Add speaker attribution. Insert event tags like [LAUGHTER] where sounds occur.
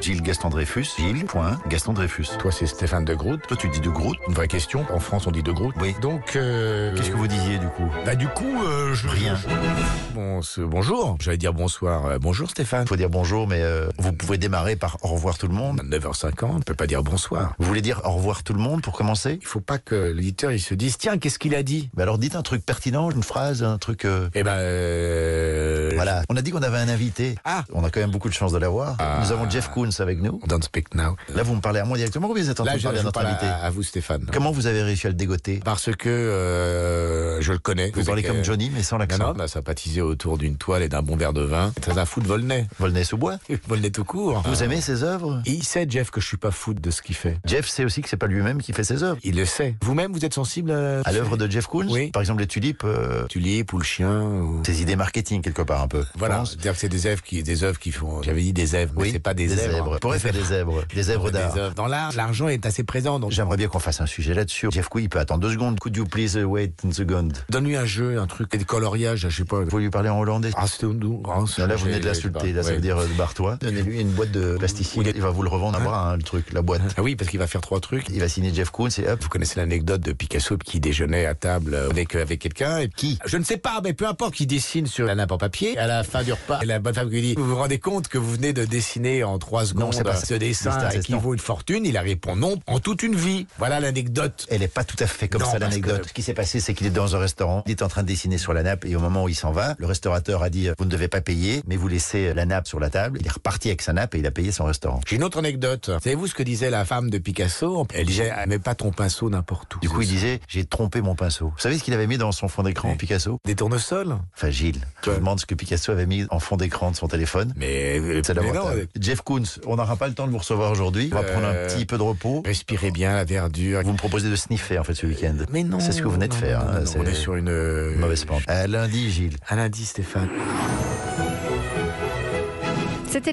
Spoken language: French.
Speaker 1: Gilles Gaston Dreyfus, Gilles, point, Gaston Dreyfus.
Speaker 2: Toi, c'est Stéphane de Groot.
Speaker 1: Toi, tu dis de Groot
Speaker 2: Une vraie question. En France, on dit de Groot.
Speaker 1: Oui.
Speaker 2: Donc, euh,
Speaker 1: Qu'est-ce que vous disiez du coup
Speaker 2: bah, du coup, euh, je
Speaker 1: Rien.
Speaker 2: Bon, ce- bonjour. J'allais dire bonsoir. Euh, bonjour, Stéphane.
Speaker 1: Faut dire bonjour, mais euh, vous pouvez démarrer par au revoir tout le monde.
Speaker 2: 9h50, on peut pas dire bonsoir.
Speaker 1: Vous voulez dire au revoir tout le monde pour commencer
Speaker 2: Il faut pas que l'éditeur il se dise tiens qu'est-ce qu'il a dit.
Speaker 1: Bah alors dites un truc pertinent, une phrase, un truc. euh,
Speaker 2: Eh ben euh,
Speaker 1: voilà. On a dit qu'on avait un invité.
Speaker 2: Ah.
Speaker 1: On a quand même beaucoup de chance de l'avoir. Nous avons Jeff Koons avec nous.
Speaker 2: Don't speak now.
Speaker 1: Là, vous me parlez à moi directement ou bien vous êtes en train
Speaker 2: Là,
Speaker 1: de
Speaker 2: je,
Speaker 1: parler
Speaker 2: je
Speaker 1: à notre
Speaker 2: parle
Speaker 1: invité
Speaker 2: à, à vous, Stéphane.
Speaker 1: Comment vous avez réussi à le dégoter
Speaker 2: Parce que euh, je le connais. euh,
Speaker 1: Vous parlez comme Johnny, mais sans
Speaker 2: Non, non,
Speaker 1: l'accent.
Speaker 2: on a sympathisé autour d'une toile et d'un bon verre de vin. C'est un fou de [LAUGHS] Volney.
Speaker 1: Volnay-sous-Bois.
Speaker 2: Volney tout court.
Speaker 1: Vous aimez ses œuvres
Speaker 2: Il sait, Jeff, que je suis pas fou de ce qu'il fait.
Speaker 1: Jeff sait aussi que c'est pas lui-même qui fait ses œuvres.
Speaker 2: Il le sait. Vous-même, vous êtes sensible euh, à,
Speaker 1: À l'œuvre de Jeff Koons,
Speaker 2: Oui.
Speaker 1: par exemple les tulipes, euh,
Speaker 2: Tulipe ou le chien ou...
Speaker 1: ses idées marketing quelque part un peu.
Speaker 2: Voilà,
Speaker 1: Pense.
Speaker 2: c'est-à-dire que c'est des œuvres qui, des œuvres qui font. J'avais dit des œuvres, mais c'est pas des,
Speaker 1: zèbres.
Speaker 2: œuvres.
Speaker 1: On pourrait faire des zèbres, des zèbres d'art.
Speaker 2: Des œuvres. Dans l'art, l'argent est assez présent. Donc,
Speaker 1: J'aimerais bien qu'on fasse un sujet là-dessus. Jeff Koons, il peut attendre deux secondes. Could you please uh, wait a second
Speaker 2: donne-lui un jeu, un truc, des coloriages, je sais pas.
Speaker 1: Vous lui parler en hollandais
Speaker 2: Ah, c'était doux. Ah, c'est-
Speaker 1: Non, Là, vous venez de
Speaker 2: j'ai-
Speaker 1: l'insulter.
Speaker 2: j'ai-
Speaker 1: Là, ça
Speaker 2: ouais.
Speaker 1: veut dire euh, barre-toi. Donnez-lui une boîte de plasticine.
Speaker 2: Ou des-
Speaker 1: Il va vous le revendre à bras, hein, le truc, la boîte.
Speaker 2: Ah oui, parce qu'il va faire trois trucs.
Speaker 1: Il va signer Jeff Koons et hop.
Speaker 2: Vous connaissez l'anecdote de Picasso qui déjeunait à table avec, euh, avec quelqu'un et
Speaker 1: Qui
Speaker 2: Je ne sais pas, mais peu importe, qui dessine sur la nappe en papier. À la fin du repas, la bonne femme lui dit Vous vous rendez compte que vous venez de dessiner en trois secondes
Speaker 1: c'est pas ça.
Speaker 2: ce dessin
Speaker 1: Mister, c'est
Speaker 2: qui
Speaker 1: non.
Speaker 2: vaut une fortune Il a répond non en toute une vie. Voilà l'anecdote.
Speaker 1: Elle n'est pas tout à fait comme
Speaker 2: Non,
Speaker 1: ça
Speaker 2: parce que-
Speaker 1: l'anecdote. Ce qui s'est passé, c'est qu'il est dans un restaurant, il est en train de dessiner sur la nappe et au moment où il s'en va, le restaurateur a dit euh, vous ne devez pas payer, mais vous laissez la nappe sur la table. Il est reparti avec sa nappe et il a payé son restaurant.
Speaker 2: J'ai une autre anecdote. Savez-vous ce que disait la femme de Picasso Elle disait Ah, Mets pas ton pinceau n'importe où.
Speaker 1: Du coup, il disait j'ai trompé mon pinceau. Vous savez ce qu'il avait mis dans son fond d'écran,
Speaker 2: Ouais.
Speaker 1: Picasso
Speaker 2: Des tournesols
Speaker 1: Enfin, Gilles, je me
Speaker 2: Ouais.
Speaker 1: demande ce que Picasso avait mis en fond d'écran de son téléphone.
Speaker 2: Mais, euh,
Speaker 1: C'est
Speaker 2: mais
Speaker 1: l'avantage.
Speaker 2: non, euh,
Speaker 1: Jeff Koons, on n'aura pas le temps de vous recevoir aujourd'hui. On va
Speaker 2: Euh,
Speaker 1: prendre un petit peu de repos.
Speaker 2: Respirez bien la verdure.
Speaker 1: Vous me proposez de sniffer en fait ce week-end.
Speaker 2: Mais non.
Speaker 1: C'est ce que vous venez de
Speaker 2: non,
Speaker 1: faire,
Speaker 2: non,
Speaker 1: hein,
Speaker 2: non, non,
Speaker 1: c'est-
Speaker 2: on est sur une euh,
Speaker 1: Mauvaise pente. À lundi, Gilles.
Speaker 2: À lundi, Stéphane.